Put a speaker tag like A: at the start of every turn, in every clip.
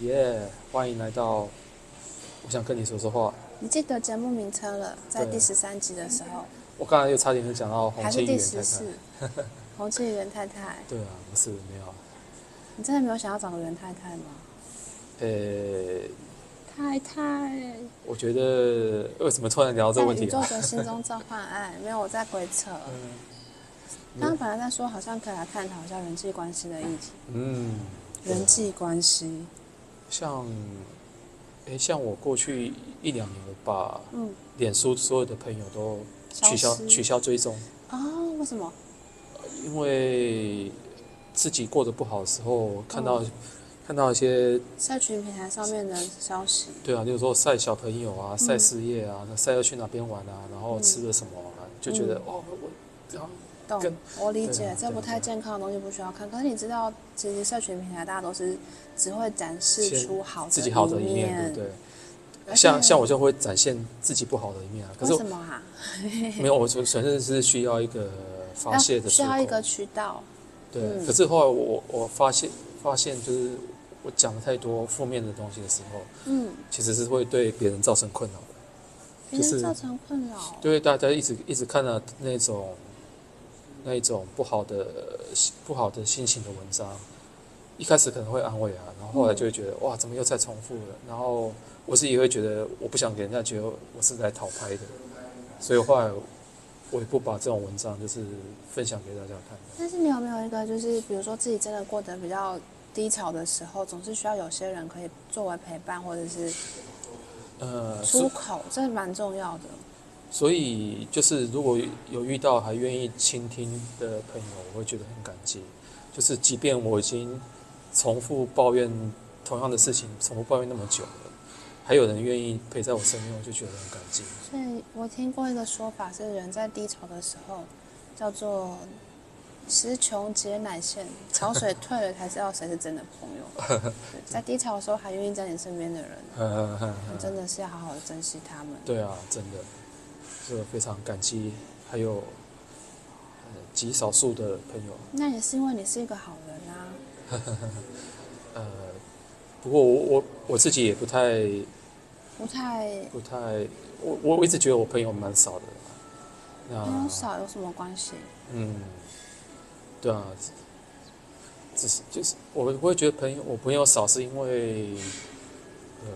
A: 耶、欢迎来到。我想跟你说说话。
B: 你记得节目名称了，在
A: 对
B: 第十三集的时候，
A: 我刚才又差点就讲到红
B: 还
A: 气
B: 是
A: 议员
B: 第
A: 太
B: 十
A: 太
B: 四。， 洪志宇袁太太，
A: 对啊，不是没有啊。
B: 你真的没有想要找个袁太太吗？
A: 呃、
B: 太太，
A: 我觉得为什么突然聊到这
B: 在
A: 个问
B: 宇
A: 题
B: 宙
A: 啊？
B: 的心中召唤爱，没有我在鬼 扯。
A: 嗯
B: 刚刚本来在说，好像可以来探讨一下人际关系的议题。
A: 嗯，对啊
B: 人际关系，
A: 像，诶，像我过去一两年我把
B: 嗯，
A: 脸书所有的朋友都取消
B: 消失
A: 取消追踪，
B: 哦，为什么？
A: 因为自己过得不好的时候，看到、
B: 嗯
A: 看到一些
B: 社群平台上面的消息，
A: 对啊，例如说晒小朋友
B: 嗯
A: 啊，晒事业啊，那晒要去哪边玩啊，然后吃了什么
B: 嗯
A: 啊，就觉得、哦，我然后
B: 懂
A: 跟？
B: 我理
A: 对啊
B: 解，
A: 对
B: 这
A: 啊
B: 不太健康的东西不需要看。可是你知道，其实社群平台大家都是只会展示
A: 先
B: 出好的
A: 自己好的
B: 一
A: 一面，对不
B: 而
A: 对？像
B: 且
A: 像我就会展现自己不好的一面啊，可是
B: 为什
A: 我
B: 么啊？
A: 没有，我纯纯粹是需要一个发
B: 要
A: 泄的
B: 需
A: 出
B: 要
A: 口
B: 一个渠道，
A: 对，
B: 嗯
A: 可是后来我我发现发现就是我讲了太多负面的东西的时候，
B: 嗯，
A: 其实是会对别人造成困扰的，
B: 别
A: 就是
B: 人造成困扰。
A: 因为大家一直一直看到那种那种不好的不好的心情的文章，一开始可能会安慰啊，然后后来就会觉得、哇，怎么又在重复了？然后我自己也会觉得我不想给人家觉得我是来讨拍的，所以后来我也不把这种文章就是分享给大家看。
B: 但是你有没有一个，就是比如说自己真的过得比较低潮的时候，总是需要有些人可以作为陪伴或者是
A: 呃，
B: 出口，这蛮重要的。
A: 所以就是如果有遇到还愿意倾听的朋友，我会觉得很感激。就是即便我已经重复抱怨同样的事情，重复抱怨那么久了，还有人愿意陪在我身边，我就觉得很感激。
B: 所以我听过一个说法是，人在低潮的时候叫做“词穷节乃现”，潮水退了才知道谁是真的朋友。 对在低潮的时候还愿意在你身边的人，
A: 嗯嗯嗯
B: 你
A: 嗯，
B: 真的是要好好的珍惜他们。
A: 对啊，真的，是非常感激。还有呃极少数的朋友，
B: 那也是因为你是一个好人啊。
A: 呃，不过我我我自己也不太
B: 不太没
A: 不太，我我我一直觉得我朋友蛮少的。那
B: 有少有什么关系？
A: 嗯，对啊，只只是就是我我会觉得朋友我朋友少是因为，呃，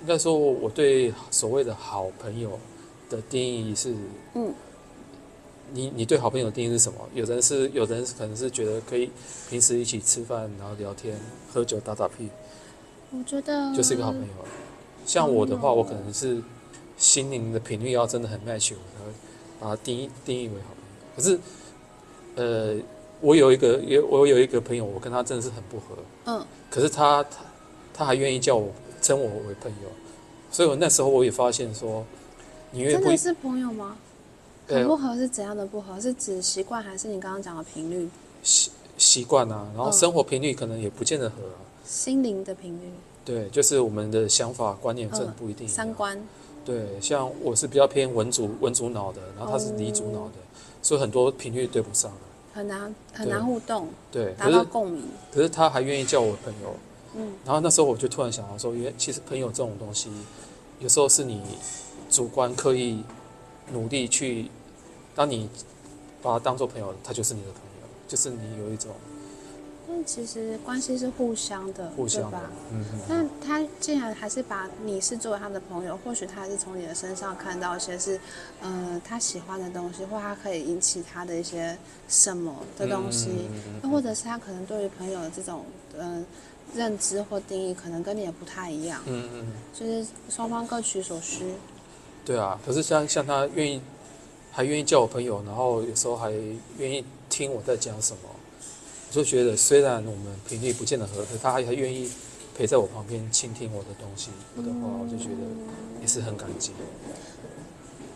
A: 应该说我对所谓的好朋友的定义是，
B: 嗯，
A: 你你对好朋友的定义是什么？有人是有人可能是觉得可以平时一起吃饭，然后聊天、喝酒、打打屁，
B: 我觉得
A: 就是一个好朋友。啊像我的话，我可能是心灵的频率要真的很 match，我才会把它定义定义为好朋友。可是，呃，我有一个有我有一个朋友，我跟他真的是很不合，
B: 嗯，
A: 可是他他他还愿意叫我称我为朋友，所以我那时候我也发现说，你越
B: 真
A: 不
B: 的是朋友吗？
A: 呃
B: 很不合是怎样的不合？是指习惯，还是你刚刚讲的频率？
A: 习习惯啊，然后
B: 嗯
A: 生活频率可能也不见得合啊。
B: 心灵的频率，
A: 对，就是我们的想法观念真的
B: 嗯
A: 不一定一样。
B: 三观。
A: 对，像我是比较偏文主文主脑的，然后他
B: 哦
A: 是理主脑的，所以很多频率对不上。
B: 很难很
A: 对
B: 难互动，
A: 对，
B: 达
A: 可
B: 到
A: 是
B: 共鸣。
A: 可是他还愿意叫我朋友，
B: 嗯，
A: 然后那时候我就突然想到说，原其实朋友这种东西，有时候是你主观刻意努力去，当你把他当做朋友，他就是你的朋友，就是你有一种
B: 但其实关系是互相的，
A: 互相
B: 对
A: 的
B: 吧？，
A: 嗯嗯，
B: 那他既然还是把你是作为他的朋友，或许他还是从你的身上看到一些是，呃，他喜欢的东西，或他可以引起他的一些什么的东西，
A: 嗯嗯嗯
B: 又或者是他可能对于朋友的这种，呃，认知或定义，可能跟你也不太一样，
A: 嗯嗯嗯，
B: 就是双方各取所需。
A: 对啊。可是像像他愿意，还愿意叫我朋友，然后有时候还愿意听我在讲什么，我就觉得虽然我们频率不见得合，可他还愿意陪在我旁边倾听我的东西，我的话，我就觉得也是很感激。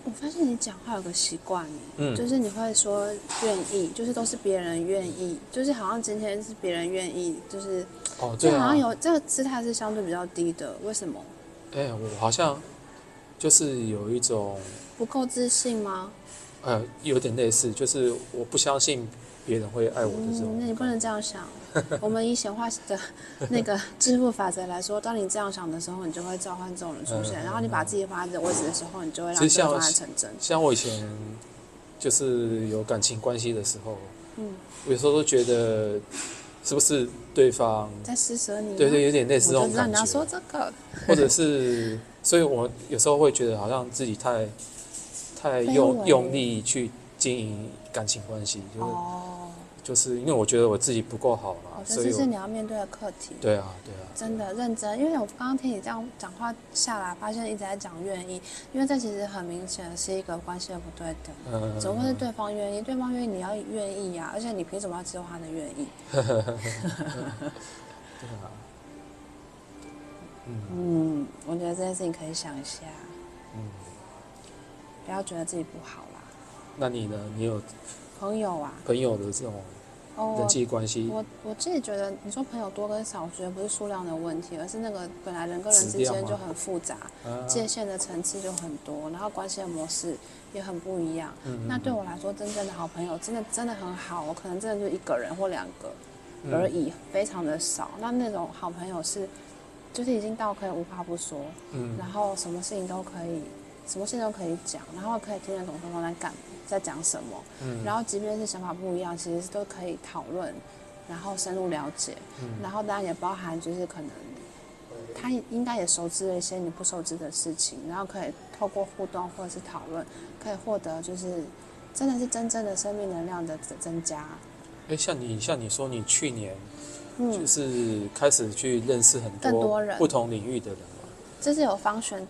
B: 我发现你讲话有个习惯耶，
A: 嗯
B: 就是你会说愿意，就是都是别人愿意，就是好像今天是别人愿意，就是
A: 哦，
B: 这
A: 对
B: 好
A: 啊
B: 像，有这个姿态是相对比较低的，为什么？
A: 哎、我好像就是有一种
B: 不够自信吗？
A: 呃，有点类似，就是我不相信别人会哎爱我的这种
B: 嗯，那你不
A: 感觉。
B: 能这 样想。我们以显化的那个致富法则来说，当你这样想的时候，你就会召唤这种人出
A: 嗯
B: 现。然后你把自己放在这个位置的时候，你就会让
A: 其实
B: 这个
A: 像
B: 方案成真。
A: 像我以前就是有感情关系的时候，
B: 嗯，
A: 我有时候都觉得是不是对方，
B: 在施舍你吗。
A: 对对，有点类
B: 我
A: 似这
B: 就
A: 种
B: 知道
A: 感
B: 你要说
A: 觉，
B: 这个，
A: 或者是，所以我有时候会觉得好像自己太太
B: 卑
A: 用
B: 微
A: 用力去经营感情关系，就是、
B: 哦，
A: 就是因为我觉得我自己不够好嘛
B: 我，觉
A: 所
B: 得
A: 以
B: 这是
A: 我
B: 你要面对的课题。
A: 对啊对啊，
B: 真的认真，因为我刚刚听你这样讲话下来，发现一直在讲愿意，因为这其实很明显是一个关系的不对等。
A: 嗯，
B: 怎么会是对方愿意？对方愿意，你要愿意呀、而且你凭什么要接受他的愿意？啊
A: 对啊，嗯
B: 嗯，我觉得这件事情可以想一下，
A: 嗯，
B: 不要觉得自己不好啦。
A: 那你呢？你有
B: 朋友啊，
A: 朋友的这种
B: 哦，
A: 人
B: 我
A: 际关系
B: 我我自己觉得，你说朋友多跟少，我觉得不是数量的问题，而是那个本来人跟人
A: 质
B: 之
A: 量
B: 间
A: 吗
B: 就很复杂，
A: 啊
B: 界限的层次就很多，然后关系的模式也很不一样。
A: 嗯
B: 那对我来说，真正的好朋友，真的真的很好，我可能真的就一个人或两个而已，非常的少。那那种好朋友是，就是已经到可以无话不说，
A: 嗯
B: 然后什么事情都可以，什么事情都可以讲，然后可以听得懂对方在干在讲什么，
A: 嗯
B: 然后即便是想法不一样，其实是都可以讨论，然后深入了解，然后当然也包含就是可能他应该也熟知了一些你不熟知的事情，然后可以透过互动或者是讨论，可以获得就是真的是真正的生命能量的增增加。
A: 哎，像你像你说，你去年就
B: 嗯，
A: 是开始去认识很
B: 更多人
A: 不同领域的人嘛，
B: 这是有方选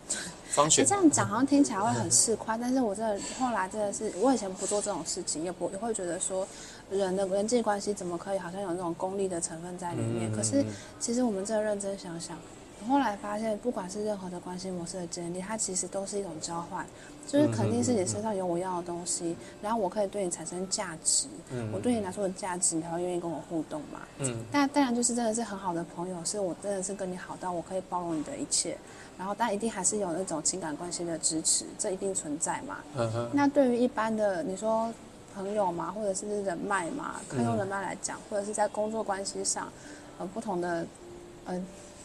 A: 方
B: 你
A: 选
B: 这样讲好像听起来会很市侩，但是我真的后来真的是，我以前不做这种事情，也不也会觉得说，人的人际关系怎么可以好像有那种功利的成分在里
A: 嗯
B: 面？可是其实我们真的认真想想，我后来发现，不管是任何的关系模式的建立，它其实都是一种交换，就是肯定是你身上有我要的东西，然后我可以对你产生价值，
A: 嗯
B: 我对你来说有价值，你才会愿意跟我互动嘛。
A: 嗯
B: 但当然就是真的是很好的朋友，是我真的是跟你好到我可以包容你的一切，然后但一定还是有那种情感关系的支持，这一定存在嘛。
A: 嗯哼
B: 那对于一般的你说朋友嘛，或者是人脉嘛，可以用人脉来讲，或者是在工作关系上，呃，不同的，呃，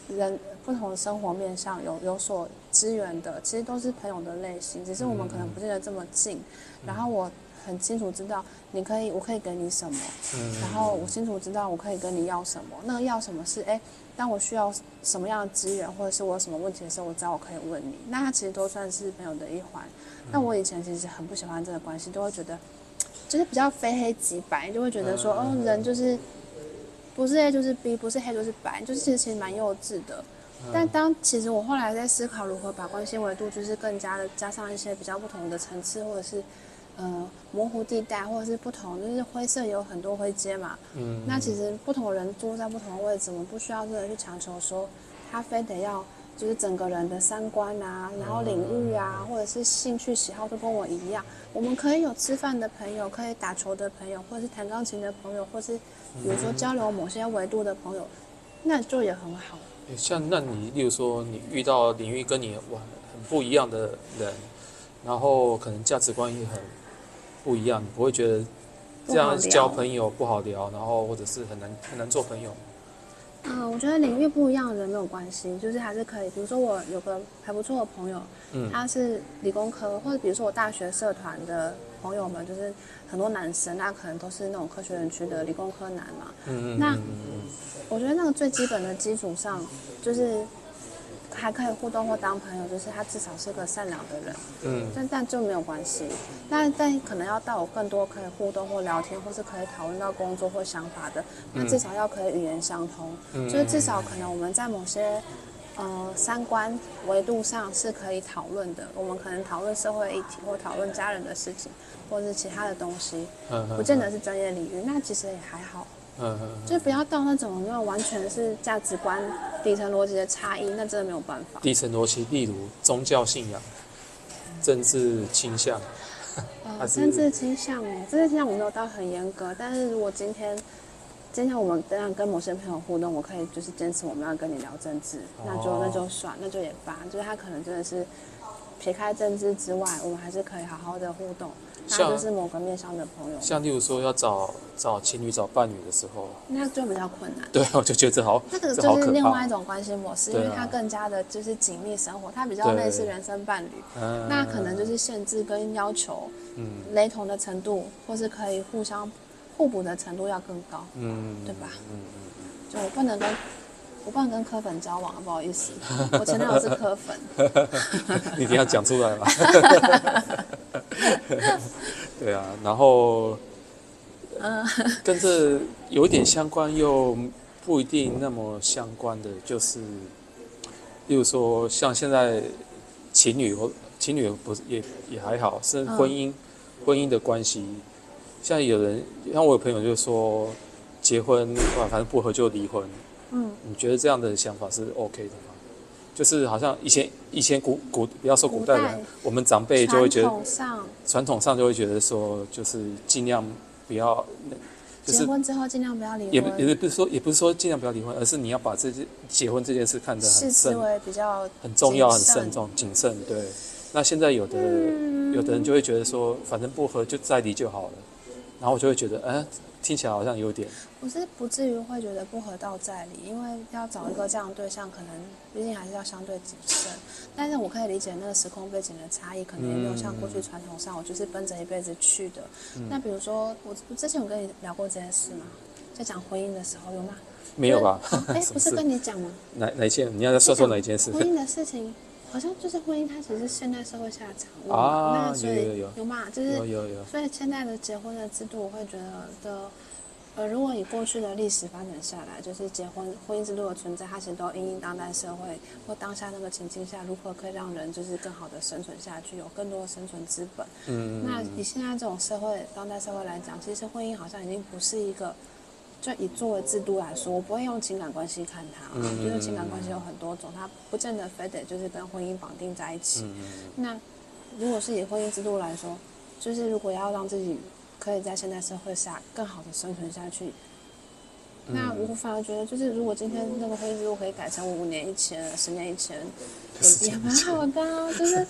B: 人不同的生活面上有有所支援的，其实都是朋友的类型，只是我们可能不见得这么近。然后我很清楚知道你可以，我可以给你什么，
A: 嗯
B: 然后我清楚知道我可以跟你要什么，那个要什么是哎，当我需要什么样的资源，或者是我有什么问题的时候，我知道我可以问你。那它其实都算是朋友的一环。那我以前其实很不喜欢这个关系，都会觉得就是比较非黑即白，就会觉得说、哦，人就是不是 A 就是 B，不是黑就是白，就是其实其实蛮幼稚的。但当其实我后来在思考如何把关系维度，就是更加的加上一些比较不同的层次，或者是呃模糊地带，或者是不同，就是灰色也有很多灰阶嘛。
A: 嗯
B: 那其实不同人住在不同的位置，我们不需要真的去强求说他非得要就是整个人的三观啊，然后
A: 嗯
B: 领域啊，或者是兴趣喜好都跟我一样。我们可以有吃饭的朋友，可以打球的朋友，或者是弹钢琴的朋友，或是比如
A: 嗯
B: 说交流某些维度的朋友，那就也很好。
A: 诶嗯像那你例如说你遇到领域跟你哇很不一样的人，然后可能价值观也很不一样，你不会觉得这
B: 不好
A: 样
B: 聊
A: 交朋友不好聊，然后或者是很难很难做朋友。
B: 嗯，我觉得领域不一样的人没有关系，就是还是可以。比如说我有个还不错的朋友，
A: 嗯
B: 他是理工科，或者比如说我大学社团的朋友们，就是很多男生，那可能都是那种科学园区的理工科男嘛。
A: 嗯嗯
B: 那
A: 嗯嗯
B: 我觉得那个最基本的基础上，就是还可以互动或当朋友，就是他至少是个善良的人。
A: 嗯
B: 但但就没有关系。那但可能要到有更多可以互动或聊天，或是可以讨论到工作或想法的，那至少要可以语言相通，就是至少可能我们在某些。呃，三观维度上是可以讨论的。我们可能讨论社会议题，或讨论家人的事情，或是其他的东西，
A: 嗯，
B: 不见得是专业领域。那其实也还好，
A: 嗯嗯嗯
B: 就不要到那种那种完全是价值观、底层逻辑的差异，那真的没有办法。
A: 底层逻辑，例如宗教信仰、政治倾向。还
B: 呃，
A: 是
B: 政治倾向哎，政治倾向我没有到很严格，但是如果今天，今天我们这样跟某些朋友互动，我可以就是坚持我们要跟你聊政治，那就
A: 哦
B: 那就算，那就也罢，就是他可能真的是撇开政治之外，我们还是可以好好的互动，那
A: 像
B: 就是某个面上的朋友，
A: 像例如说要找找情侣、找伴侣的时候，
B: 那就比较困难。
A: 对我就觉得这好，
B: 那个
A: 这好
B: 就是
A: 可
B: 另外
A: 怕
B: 一。种关系模式，因
A: 对啊
B: 为它更加的就是紧密生活，它比较
A: 对
B: 类似人生伴侣。
A: 嗯
B: 那可能就是限制跟要求
A: 嗯
B: 雷同的程度，或是可以互相互补的程度要更高。
A: 嗯，
B: 对吧
A: 嗯嗯
B: 就我不能跟我不能跟柯粉交往，不好 意思，我前男友是柯粉。
A: 嗯，你一定要讲出来 嘛。对啊，然后
B: 嗯，
A: 跟这有一点相关又不一定那么相关的，就是例如说像现在情侣或情侣不是也也还好，是
B: 嗯
A: 婚姻、婚姻的关系。现在有人像我有朋友就说，结婚反正不合就离婚，
B: 嗯，
A: 你觉得这样的想法是 OK 的吗？就是好像以前以前古古不要说古代
B: 古代
A: 人，我们长辈就会觉得
B: 传统上
A: 传统上就会觉得说，就是尽量不要，就是
B: 结婚之后尽量不要离
A: 也不
B: 婚，
A: 也不是说也不是说尽量不要离婚，而是你要把这件结婚这件事看得
B: 视
A: 很
B: 之
A: 慎、
B: 为比较
A: 很重要、很
B: 谨慎
A: 慎重、谨慎。对，那现在有的、
B: 嗯
A: 有的人就会觉得说，反正不合就再离就好了，然后我就会觉得，哎、听起来好像有点，
B: 我是不至于会觉得不合道在理，因为要找一个这样的对象，可能毕竟还是要相对谨慎。但是我可以理解那个时空背景的差异，可能也没有像过去传统上，我就是奔着一辈子去的。
A: 嗯
B: 那比如说，我我之前有跟你聊过这件事吗？在讲婚姻的时候 有吗？
A: 没有吧？
B: 啊哎、
A: 什
B: 不
A: 么
B: 是
A: 事？
B: 跟你讲吗？
A: 哪哪一件？你要再说说哪一件 事？
B: 婚姻的事情，好像就是婚姻，它只是现代社会下的产物嘛。
A: 啊
B: 那所
A: 有
B: 以
A: 有有
B: 嘛，就
A: 有
B: 是
A: 有有，
B: 所以现在的结婚的制度，我会觉得，呃，如果以过去的历史发展下来，就是结婚婚姻制度的存在，它其实都因应当代社会或当下那个情境下，如何可以让人就是更好的生存下去，有更多的生存资本。
A: 嗯，
B: 那以现在这种社会当代社会来讲，其实婚姻好像已经不是一个，就以作为制度来说，我不会用情感关系看它，
A: 嗯
B: 我觉得情感关系有很多种，它不见得非得就是跟婚姻绑定在一起。
A: 嗯
B: 那如果是以婚姻制度来说，就是如果要让自己可以在现代社会下更好的生存下去。那
A: 嗯
B: 我反而觉得，就是如果今天那个婚姻制度可以改成五年以前、十年以前，也蛮好的啊、就是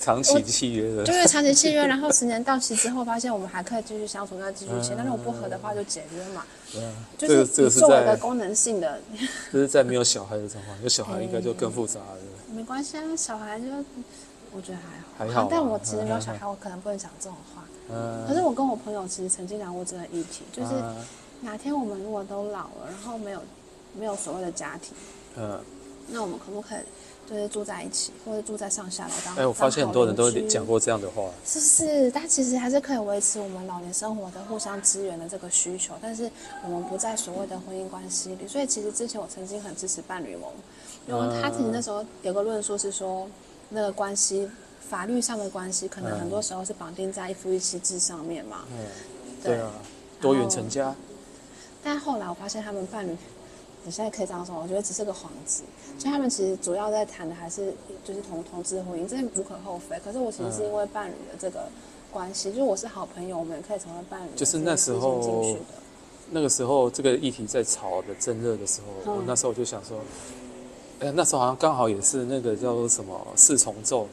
A: 长期契约的，
B: 就是长期契约，然后十年到期之后，发现我们还可以继续相处，那继续签。但是我不合的话就解约嘛，
A: 对啊
B: 就
A: 这个
B: 是
A: 这
B: 你
A: 个是
B: 作为一个
A: 在
B: 功能性的，
A: 这是在没有小孩的情况，有小孩应该就更复杂了。
B: 没关系啊，小孩就我觉得还好。啊
A: 还好吧
B: 但我其实没有小孩，我可能不能讲这种话。
A: 嗯，
B: 可是我跟我朋友其实曾经聊过这个议题，就是
A: 嗯
B: 哪天我们如果都老了，然后没有没有所谓的家庭，
A: 嗯，
B: 那我们可不可以就是住在一起，或者住在上下楼当？
A: 哎，我发现很
B: 当好
A: 多人都
B: 邻居
A: 讲过这样的话，
B: 是是，但其实还是可以维持我们老年生活的互相支援的这个需求，但是我们不在所谓的婚姻关系里。所以其实之前我曾经很支持伴侣盟，因为他其实那时候有个论述是说，那个关系法律上的关系，可能很多时候是绑定在一夫一妻制上面嘛。
A: 嗯，对啊，多元成家，
B: 但后来我发现他们伴侣，我现在可以这样说，我觉得只是个幌子，就他们其实主要在谈的还是就是同同志婚姻，这无可厚非。可是我其实是
A: 嗯
B: 因为伴侣的这个关系，就是我是好朋友，我们也可以成为伴侣，
A: 就是那时候
B: 我是进去的。
A: 那个时候这个议题在炒的正热的时候，
B: 嗯
A: 我那时候就想说，哎，那时候好像刚好也是那个叫做什么四重奏，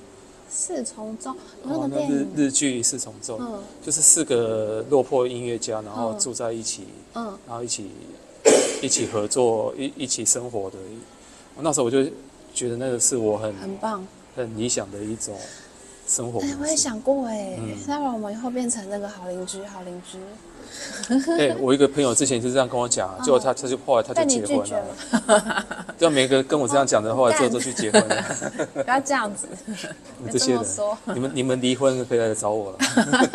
B: 四重奏那
A: 哦
B: 个，
A: 那
B: 电
A: 日
B: 影，
A: 日剧四重奏，
B: 嗯
A: 就是四个落魄音乐家，然后
B: 嗯
A: 住在一起，
B: 嗯，
A: 然后一起 一起合作，一一起生活的。那时候我就觉得那个是我很
B: 很棒。
A: 很理想的一种生活模
B: 哎、
A: 式。
B: 我也想过哎、
A: 嗯
B: 那不然我们以后变成那个好邻居，好邻居。
A: 哎、我一个朋友之前就这样跟我讲，啊结果他他就后来他就
B: 但你
A: 结
B: 拒
A: 婚
B: 绝
A: 了
B: 了。，
A: 就每个跟我这样讲的，后来之后都去结婚了。
B: 不要这样子，
A: 你们
B: 别
A: 这些人
B: 哦这么说，
A: 你们你们离婚了可以来找我了，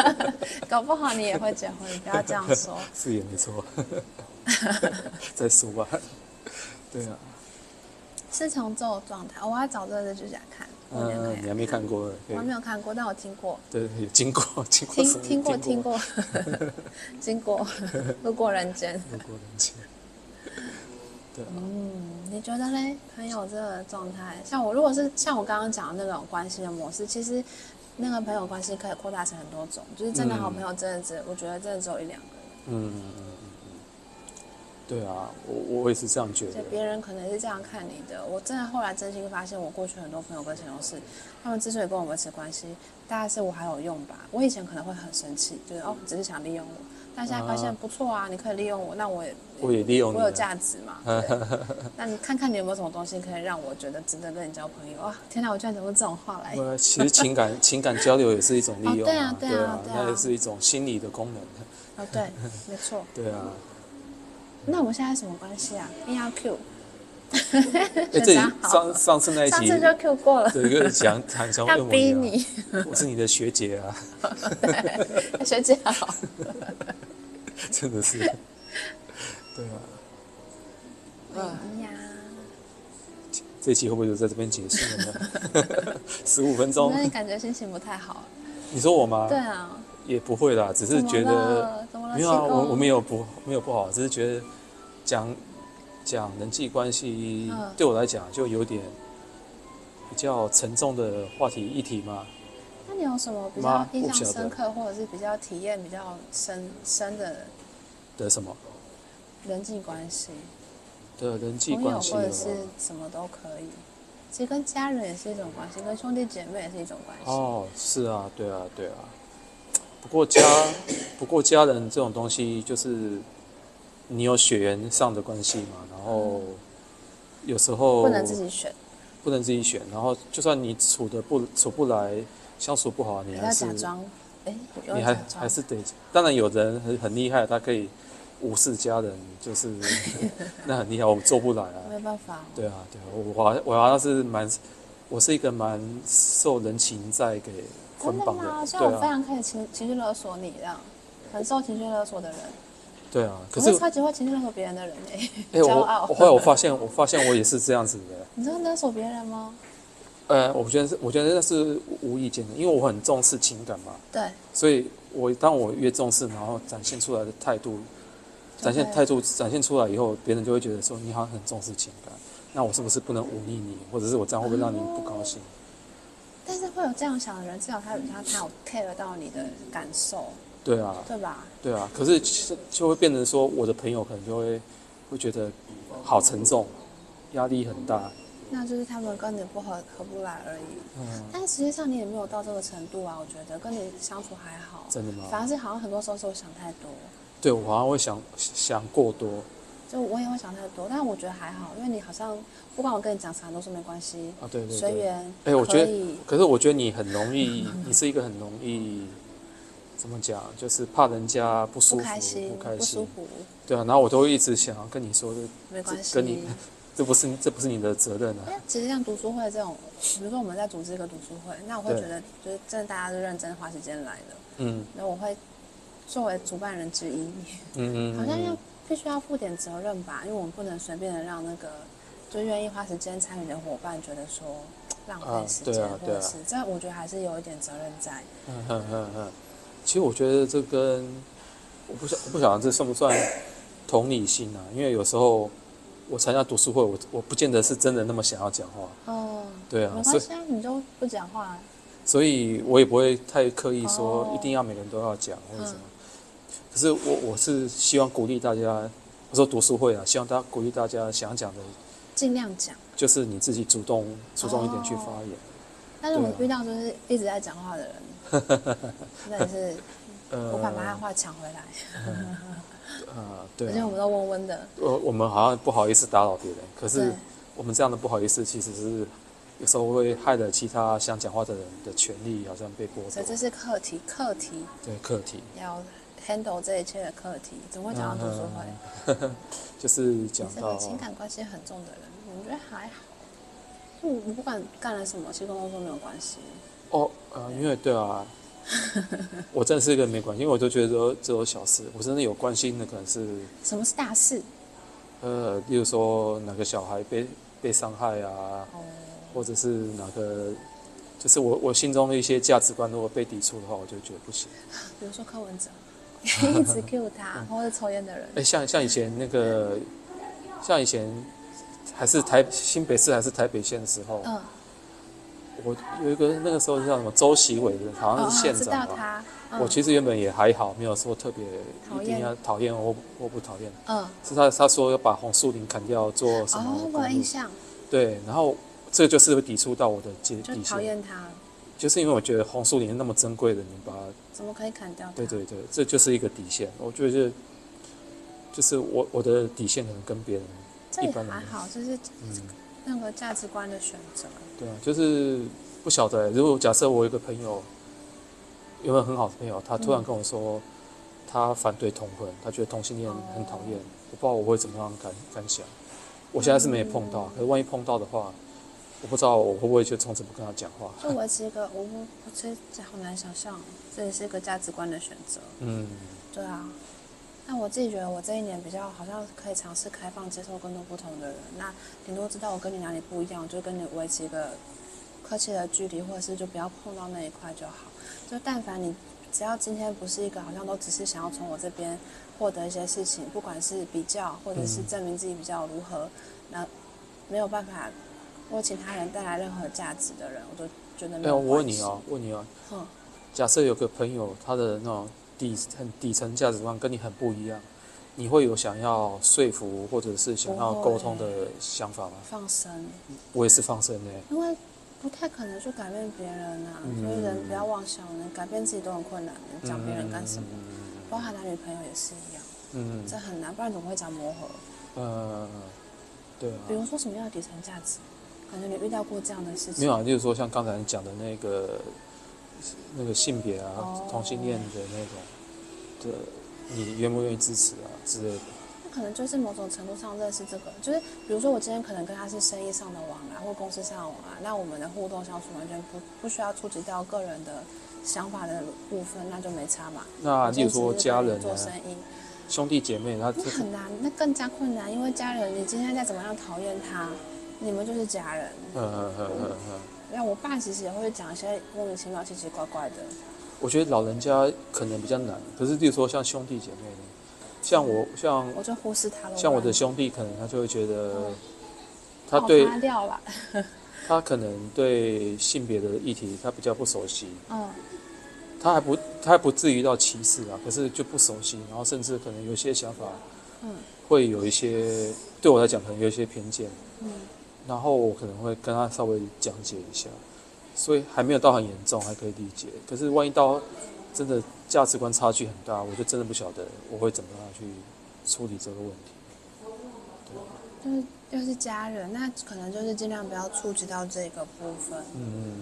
B: 搞不好你也会结婚，不要这样说。
A: 是也没错。 再说吧。 对啊，
B: 是从这种状态，我要找这个剧来看。我没有
A: 嗯，你还没看过，可
B: 我
A: 以
B: 还没有看过，但我听过，
A: 对，有经过，经过什
B: 听
A: 么，
B: 听过，听过， 经过， 路过人间。
A: 经过人间。对 啊，
B: 嗯，你觉得嘞？朋友这个状态，像我如果是像我刚刚讲的那种关系的模式，其实那个朋友关系可以扩大成很多嗯
A: 嗯
B: 种，就是真的好朋友，真的只、我觉得真的只有一两个人。
A: 嗯嗯嗯嗯嗯，对啊，我我也是这样觉
B: 所
A: 得
B: 以。别人可能是这样看你的。我真的后来真心发现，我过去很多朋友跟前同事，他们之所以跟我维持关系，大概是我还有用吧。我以前可能会很生气，就是哦，只是想利用我，但现在发现
A: 啊
B: 不错啊，你可以利用我，那我也
A: 我也利用你啊
B: 我有
A: 了，
B: 价值 嘛。对那你看看你有没有什么东西可以让我觉得值得跟你交朋友啊？天哪，我居然讲出这种话来。
A: 呃，其实情感 情感交流也是一种利用、
B: 哦对啊对啊
A: 对
B: 对啊
A: 那也是一种心理的功能，啊
B: 哦，对，没错。
A: 对啊。
B: 那我们现在什么关系啊？E R Q，
A: 哎，这
B: 选
A: 里
B: 择好
A: 上
B: 了
A: 上次那一
B: 上
A: 集，
B: 次就 Q 过了，
A: 对，就是讲谈相
B: 他
A: 恶魔
B: 逼
A: 一样，
B: 你，
A: 我是你的学姐啊，
B: 学姐好。
A: 真的是，对啊。啊，
B: 哎呀，
A: 这一期会不会就在这边结束了呢？ 十五分钟
B: 那，你感觉心情不太 好？
A: 你说我吗？
B: 对，啊，
A: 也不会啦，只是
B: 怎么
A: 觉得
B: 了怎么了？
A: 没有啊，
B: 奇
A: 我
B: 贡
A: 我没有不没有不好，只是觉得讲讲人际关系、
B: 嗯
A: 对我来讲就有点比较沉重的话题议题嘛。
B: 那你有什么比较
A: 妈
B: 印
A: 不晓得
B: 象深刻，或者是比较体验比较深深的
A: 的什么
B: 人际关系？
A: 的人际
B: 朋友
A: 关系
B: 或
A: 了
B: 者是什么都可以。其实跟家人也是一种关系，跟兄弟姐妹也是一种关系。
A: 哦，是啊，对啊，对啊。不过家 不过家人这种东西，就是你有血缘上的关系嘛，然后有时候
B: 嗯不能自己选，
A: 不能自己选，然后就算你处的不处不来，相处不好，你
B: 不
A: 还
B: 要
A: 是
B: 假装。哎，不要
A: 你
B: 假
A: 还
B: 装
A: 还是得，当然有人很很厉害，他可以无视家人，就是 那很厉害，我们做不来 啊。
B: 没办法。
A: 对啊，对啊，我我好像我好像是蛮，我是一个蛮受人情债给
B: 真
A: 捆
B: 的
A: 绑
B: 吗？所以
A: 对
B: 我非
A: 啊，
B: 常可以情情绪勒索你这样，很受情绪勒索的人，
A: 对啊。可
B: 我
A: 是
B: 是超级会情绪勒索别人的人哎、
A: 哎，
B: 骄
A: 我
B: 傲
A: 我后来我发现，我发现我也是这样子的。
B: 你真的勒索别人吗？
A: 呃，我觉得是，我觉得那是无意间的，因为我很重视情感嘛，
B: 对，
A: 所以我当我越重视，然后展现出来的态度展现态
B: 度。
A: 度展现出来以后，别人就会觉得说你好像很重视情感，那我是不是不能忤逆你，或者是我这样会不会让你不高兴？
B: 哦但是会有这样想的人，至少他有他他有 care 到你的感受，
A: 对啊，
B: 对吧？
A: 对啊。可是其实就会变成说，我的朋友可能就会会觉得好沉重，压力很大。
B: 那就是他们跟你不合合不来而已。
A: 嗯，
B: 但实际上你也没有到这个程度啊，我觉得跟你相处还好。
A: 真的
B: 反
A: 吗？
B: 而是好像很多时候是我想太多，
A: 对我好像会想想过多
B: 就我也会想太多，但我觉得还好，因为你好像不管我跟你讲啥都说没关系，
A: 啊，对对
B: 随
A: 对。
B: 缘。
A: 哎我觉得
B: 可以
A: 可是我觉得你很容易，你是一个很容易怎么讲，就是怕人家不舒
B: 不
A: 服、
B: 开心、
A: 不开
B: 不舒
A: 心。
B: 服，
A: 对啊，然后我都会一直想要跟你说这
B: 没关系。
A: 跟你这不是这不是你的责任啊
B: 因。为其实像读书会这种，比如说我们在组织一个读书会，那我会
A: 对
B: 觉得就是真的大家是认真花时间来的，
A: 嗯
B: 那我会作为主办人之一，
A: 嗯嗯，
B: 好像要
A: 嗯
B: 必须要负点责任吧，因为我们不能随便的让那个就愿意花时间参与的伙伴觉得说浪
A: 啊
B: 费时
A: 对
B: 间，
A: 啊
B: 或
A: 对啊
B: 者是这我觉得还是有一点责任在。
A: 嗯嗯嗯嗯。其实我觉得这跟我不想我不晓得这算不算同理心啊？因为有时候我参加读书会，我我不见得是真的那么想要讲话，
B: 哦，
A: 对啊
B: 没，
A: 所
B: 关
A: 以
B: 系啊，你就不讲话，
A: 所以我也不会太刻意说
B: 哦
A: 一定要每个人都要讲或者什么
B: 嗯。
A: 可是我我是希望鼓励大家，我说读书会啊，希望大家鼓励大家想讲的，
B: 尽量讲。
A: 就是你自己主动主动一点去
B: 哦
A: 发言。
B: 但是我
A: 对啊
B: 们遇到就是一直在讲话的人，
A: 啊
B: 那也是
A: 呃，
B: 我敢把他话抢回来。
A: 呃， 对
B: 而且
A: 啊
B: 我。们都温温的，
A: 我我们好像不好意思打扰别人，可
B: 对
A: 是我们这样的不好意思，其实是有时候会害了其他想讲话的人的权利，好像被剥
B: 所以这
A: 夺。
B: 是课题，课题
A: 对，课题
B: 要 handle 这一切的课题。怎么会讲到读书会？
A: 嗯就是讲
B: 你是
A: 到
B: 个情感关系很重的人，我觉得还好。我我不管干了什么，其实跟工作没有关系。
A: 哦，呃，因为对 啊，我真的是一个没关系，因为我都觉得说这种小事，我真的有关心的可能是
B: 什么是大事？
A: 呃，例如说哪个小孩被被伤害啊，
B: 哦，
A: 或者是哪个。就是我我心中的一些价值观，如果被抵触的话，我就觉得不行。
B: 比如说柯文 哲，一直 cue 他，或者抽烟的人
A: 哎、，像像以前那个，像以前还是台新北市还是台北县的时候，
B: 嗯，
A: 我有一个那个时候是叫什么周习伟的，好像
B: 哦，
A: 是
B: 哦
A: 县
B: 知
A: 长
B: 道
A: 吧。
B: 他，
A: 我
B: 嗯
A: 其实原本也还好，没有说特别
B: 讨
A: 一
B: 厌
A: 定要讨厌或或不讨厌。
B: 嗯，
A: 是他他说要把红树林砍掉做什么
B: 哦，
A: 公
B: 我有
A: 路
B: 印？象，
A: 对，然后这个就是会抵触到我的界
B: 就
A: 底
B: 讨
A: 线，
B: 厌他，
A: 就是因为我觉得红树林那么珍贵的，你把它
B: 怎么可以砍掉他？
A: 对对对，这就是一个底线。我觉得就是我我的底线可能跟别人
B: 这
A: 一
B: 也
A: 般人
B: 还好，就是
A: 嗯。
B: 那个价值观的选择。
A: 对啊，就是不晓得欸、如果假设我有一个朋友，有没有很好的朋友，他突然
B: 嗯
A: 跟我说，他反对同婚，他觉得同性恋很讨厌，
B: 哦
A: 我不知道我会怎么样感感想。我现在是没碰
B: 嗯
A: 到，可是万一碰到的话，我不知道我会不会就从此不跟他讲话。
B: 就维持一个，我不，我这这好难想象，这也是一个价值观的选择。
A: 嗯，
B: 对啊，那我自己觉得我这一年比较好像可以尝试开放接受更多不同的人。那顶多知道我跟你哪里不一样，就跟你维持一个客气的距离，或者是就不要碰到那一块就好。就但凡你只要今天不是一个好像都只是想要从我这边获得一些事情，不管是比较或者是
A: 嗯
B: 证明自己比较如何，那没有办法为其他人带来任何价值的人，我就觉得没
A: 那
B: 有。
A: 我问你哦，，问你哦，
B: 哼，
A: 假设有个朋友他的那种底很底层价值观跟你很不一样，你会有想要说服或者是想要
B: 不会
A: 沟通的想法吗？
B: 放生。
A: 我也是放生的欸、
B: 因为不太可能去改变别人啊，
A: 嗯
B: 所以人不要妄想，能改变自己都很困难，能讲别人干什么？包含男女朋友也是一样，
A: 嗯，
B: 这很难，不然怎么会讲磨合？
A: 呃，对
B: 比如
A: 啊，
B: 说什么样的底层价值？感觉你遇到过这样的事情？
A: 没有啊，就是说像刚才你讲的那个那个性别啊，
B: 哦
A: 同性恋的那种的，你愿不愿意支持啊之类的？
B: 那可能就是某种程度上认识这个，就是比如说我今天可能跟他是生意上的往来或公司上的往来，那我们的互动相处完全不不需要触及到个人的想法的部分，那就没差嘛。
A: 那
B: 我
A: 例如
B: 今天
A: 说
B: 只是
A: 家
B: 跟你
A: 人
B: 做
A: 啊、
B: 生意，
A: 兄弟姐妹，他
B: 那很难，那更加困难，因为家人，你今天再怎么样讨厌他，你们就是家人。
A: 呃呃呃呃呃，
B: 那我爸其实也会讲一些莫名其妙、奇奇怪怪的。
A: 我觉得老人家可能比较难，可是例如说像兄弟姐妹呢，像我像
B: 我就忽视他了。
A: 像我的兄弟，可能他就会觉得
B: 嗯
A: 他对
B: 擦掉了，
A: 他可能对性别的议题他比较不熟悉，
B: 嗯，
A: 他还不他还不至于到歧视啊，可是就不熟悉，然后甚至可能有些想法，
B: 嗯，
A: 会有一些对我来讲可能有一些偏见，
B: 嗯，
A: 然后我可能会跟他稍微讲解一下，所以还没有到很严重，还可以理解。可是万一到真的价值观差距很大，我就真的不晓得我会怎么样去处理这个问题。
B: 就是又是家人，那可能就是尽量不要触及到这个部分。
A: 嗯，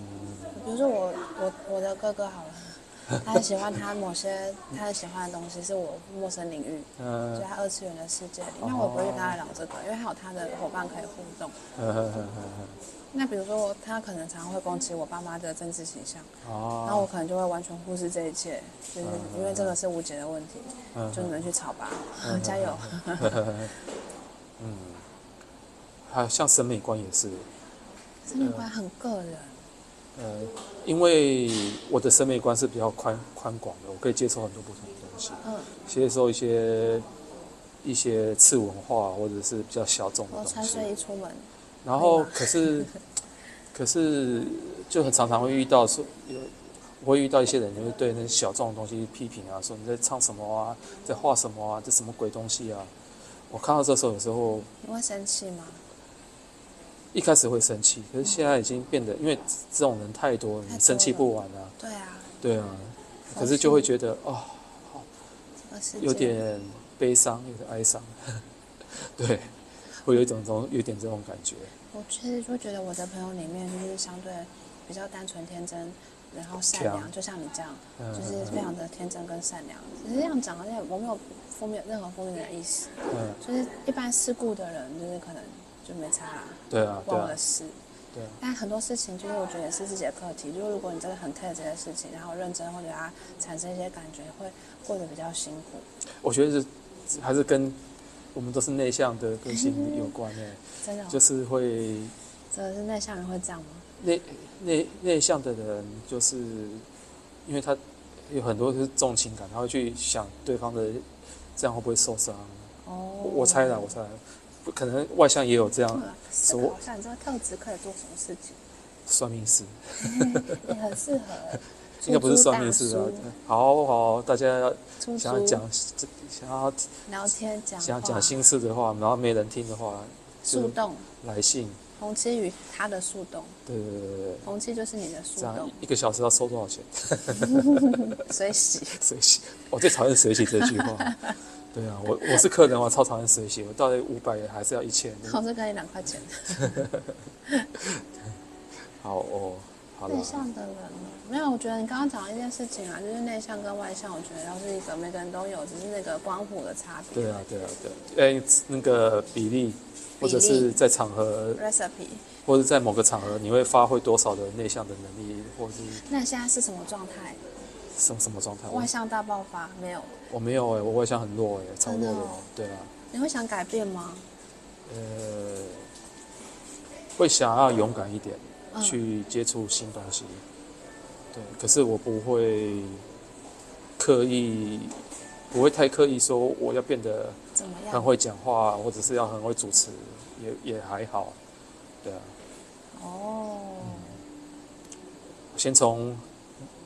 B: 比如说我我我的哥哥好了，他很喜欢他某些他很喜欢的东西是我陌生领域，就
A: 呃
B: 在二次元的世界里，那我也不会跟他聊这个，因为还有他的伙伴可以互动。
A: 呃呃呃
B: 那比如说，他可能常常会攻击我爸妈的政治倾向，
A: 呃，
B: 然后我
A: 哦，
B: 可能就会完全忽视这一切，就是因为这个是无解的问题，
A: 嗯
B: 就你们去吵吧，
A: 嗯
B: 加油。
A: 嗯，还有像审美观也是。
B: 真的观很个人，
A: 呃，因为我的审美观是比较宽宽广的，我可以接受很多不同的东西，
B: 嗯，
A: 接受一些一些次文化或者是比较小众的
B: 我
A: 东
B: 哦穿
A: 西。
B: 睡衣出门，
A: 然后
B: 可以吗
A: 可是 可是就很常常会遇到说有。我会遇到一些人，就是对那些小众的东西批评啊，说你在唱什么啊，在画什么啊，这什么鬼东西啊！我看到这时候，有时候
B: 你会生气吗？
A: 一开始会生气，可是现在已经变得，因为这种人太多，
B: 太
A: 你
B: 多
A: 生气
B: 了
A: 不完啊。
B: 对啊，
A: 对啊，
B: 放
A: 可是就会
B: 心
A: 觉得哦，
B: 这个世界
A: 有点悲伤，有点哀伤， 对，会有一种这种有点这种感觉。
B: 我其实就觉得我的朋友里面就是相对比较单纯天真，然后善良，
A: 强
B: 就像你这样，
A: 嗯
B: 就是非常的天真跟善良。只是这样讲，好像我没有负面任何负面的意思。
A: 嗯，
B: 就是一般世故的人，就是可能就没差啦，
A: 对啊，对
B: 关我
A: 啊
B: 的，事。
A: 对啊，
B: 但很多事情，就是我觉得也是自己的课题。就是如果你真的很 care 这些事情，然后认真会对它产生一些感觉，会过得比较辛苦。
A: 我觉得是还是跟我们都是内向的个性有关诶，
B: 真的、哦，
A: 就是会
B: 真的是内向人会这样吗？
A: 内内内向的人，就是因为他有很多就是重情感，他会去想对方的这样会不会受伤。
B: 哦，
A: 我我猜的，我猜啦，可能外向也有这样
B: 对啊。这个
A: 所
B: 好像你这个特质可以做什么事情？
A: 算命师，
B: 也很适合欸。
A: 应该不是算命师啊
B: 出租大叔。
A: 好好，大家要
B: 出
A: 想要
B: 租
A: 讲想要
B: 聊天讲
A: 想要
B: 话
A: 讲心事的话，然后没人听的话，
B: 树
A: 就
B: 洞，
A: 来信。
B: 红七与他的树洞，
A: 对对对对对，
B: 红七就是你的树
A: 这样
B: 洞，
A: 一个小时要收多少钱？
B: 水洗。
A: 水洗，我最讨厌水洗这句话。 对啊，我我是客人，我超讨厌水洗，我到底五百还是要一千？
B: 我是给你两块钱。
A: 好哦，好
B: 内
A: 了，
B: 向的人哦没有，我觉得你刚刚讲的一件事情啊，就是内向跟外向，我觉得要是一个每个人都有，只是那个光谱的差别。
A: 对啊，对啊，对啊，哎、那个比例，或者是在场合，
B: Recipe，
A: 或者在某个场合，你会发挥多少的内向的能力，或者是
B: 那现在是什么状态？
A: 什么什么状态？我
B: 外向大爆发没有？
A: 我没有哎、我外向很弱哎、超弱
B: 真的
A: 的，
B: 哦
A: 对啊，
B: 你会想改变吗？
A: 呃，会想要勇敢一点，
B: 嗯
A: 去接触新东西。对，可是我不会刻意，不会太刻意说我要变得
B: 怎么
A: 很
B: 样？
A: 会讲话，或者是要很会主持，也也还好。对啊，
B: 哦，
A: 先从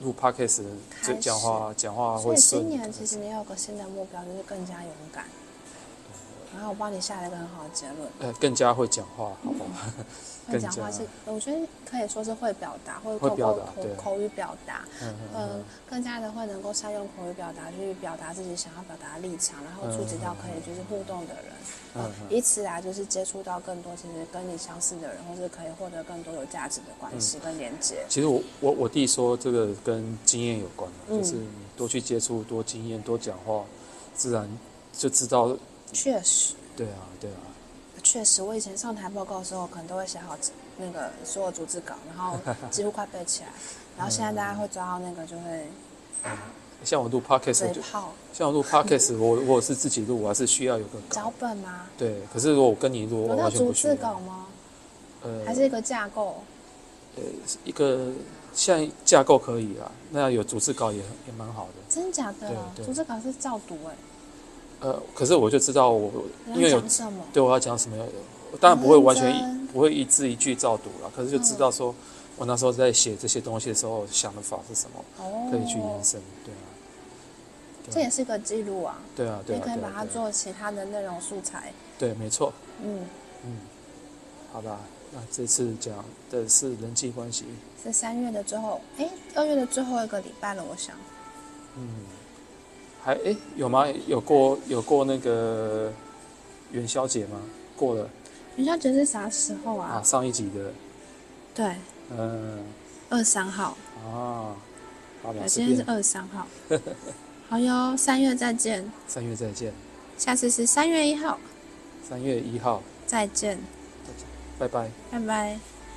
A: 录 podcast
B: 开
A: 这
B: 始
A: 讲话讲话
B: 所
A: 会
B: 以今
A: 顺。
B: 年其实你有个新的目标，就是更加勇敢。然后我帮你下了一个很好的结论，
A: 呃，更加会讲话，嗯好不好？
B: 会
A: 更
B: 讲
A: 加
B: 话是，我觉得可以说是会表达，或者
A: 会
B: 透
A: 表
B: 过
A: 达
B: 口
A: 对
B: 口语表达。
A: 嗯
B: 嗯，更加的会能够善用口语表达去表达自己想要表达的立场，然后触及到可以就是互动的人，
A: 嗯
B: 嗯，以此来就是接触到更多其实跟你相似的人，或是可以获得更多有价值的关系
A: 嗯
B: 跟连接。
A: 其实我我我弟说这个跟经验有关啊、
B: 嗯
A: 就是你多去接触、多经验、多讲话，自然就知道。
B: 确实，
A: 对啊，对啊，
B: 确实，我以前上台报告的时候，可能都会写好那个所有逐字稿，然后几乎快背起来，
A: 嗯
B: 然后现在大家会抓到那个就会
A: 像我录 podcast，
B: 嘴
A: 我就
B: 炮
A: 像我录 podcast，我我是自己录，我还是需要有个
B: 脚
A: 稿。
B: 本吗？
A: 对，可是如果我跟你录，
B: 有
A: 我嗯
B: 到
A: 完全
B: 逐
A: 不需要
B: 字。稿吗？
A: 呃，
B: 还是一个架构？
A: 呃一个像架构可以啊，那有逐字稿也也蛮好的。
B: 真假的
A: 对
B: 啊？
A: 对
B: 逐字稿是照读哎、
A: 呃，可是我就知道我
B: 你
A: 因为
B: 要
A: 有
B: 讲什么？
A: 对我要讲什么，我当然不会完全
B: 很认嗯真嗯
A: 一不会一字一句照读了，可是就知道说，我那时候在写这些东西的时候想的法是什么，
B: 哦，
A: 可以去延伸，对啊，
B: 这也是一个记录啊，
A: 对啊，对
B: 你
A: 啊，
B: 可以
A: 对
B: 把
A: 啊
B: 它，
A: 对啊
B: 做其他的内容素材。
A: 对，没错，
B: 嗯，
A: 嗯，好吧，那这次讲的是人际关系，
B: 是三月的最后，哎，二月的最后一个礼拜了，我想
A: 嗯，还诶有吗？有过有过那个元宵节吗？过了
B: 元宵节是啥时候
A: 啊，
B: 啊？
A: 上一集的，
B: 对，
A: 嗯
B: 二三号，
A: 啊，好吧，
B: 对，
A: 随
B: 今天是呃
A: 便，
B: 二 三号。好哟，三月再见，
A: 三月再见，
B: 下次是三月一号
A: 三月一号，
B: 再见，
A: 拜拜。
B: 拜拜。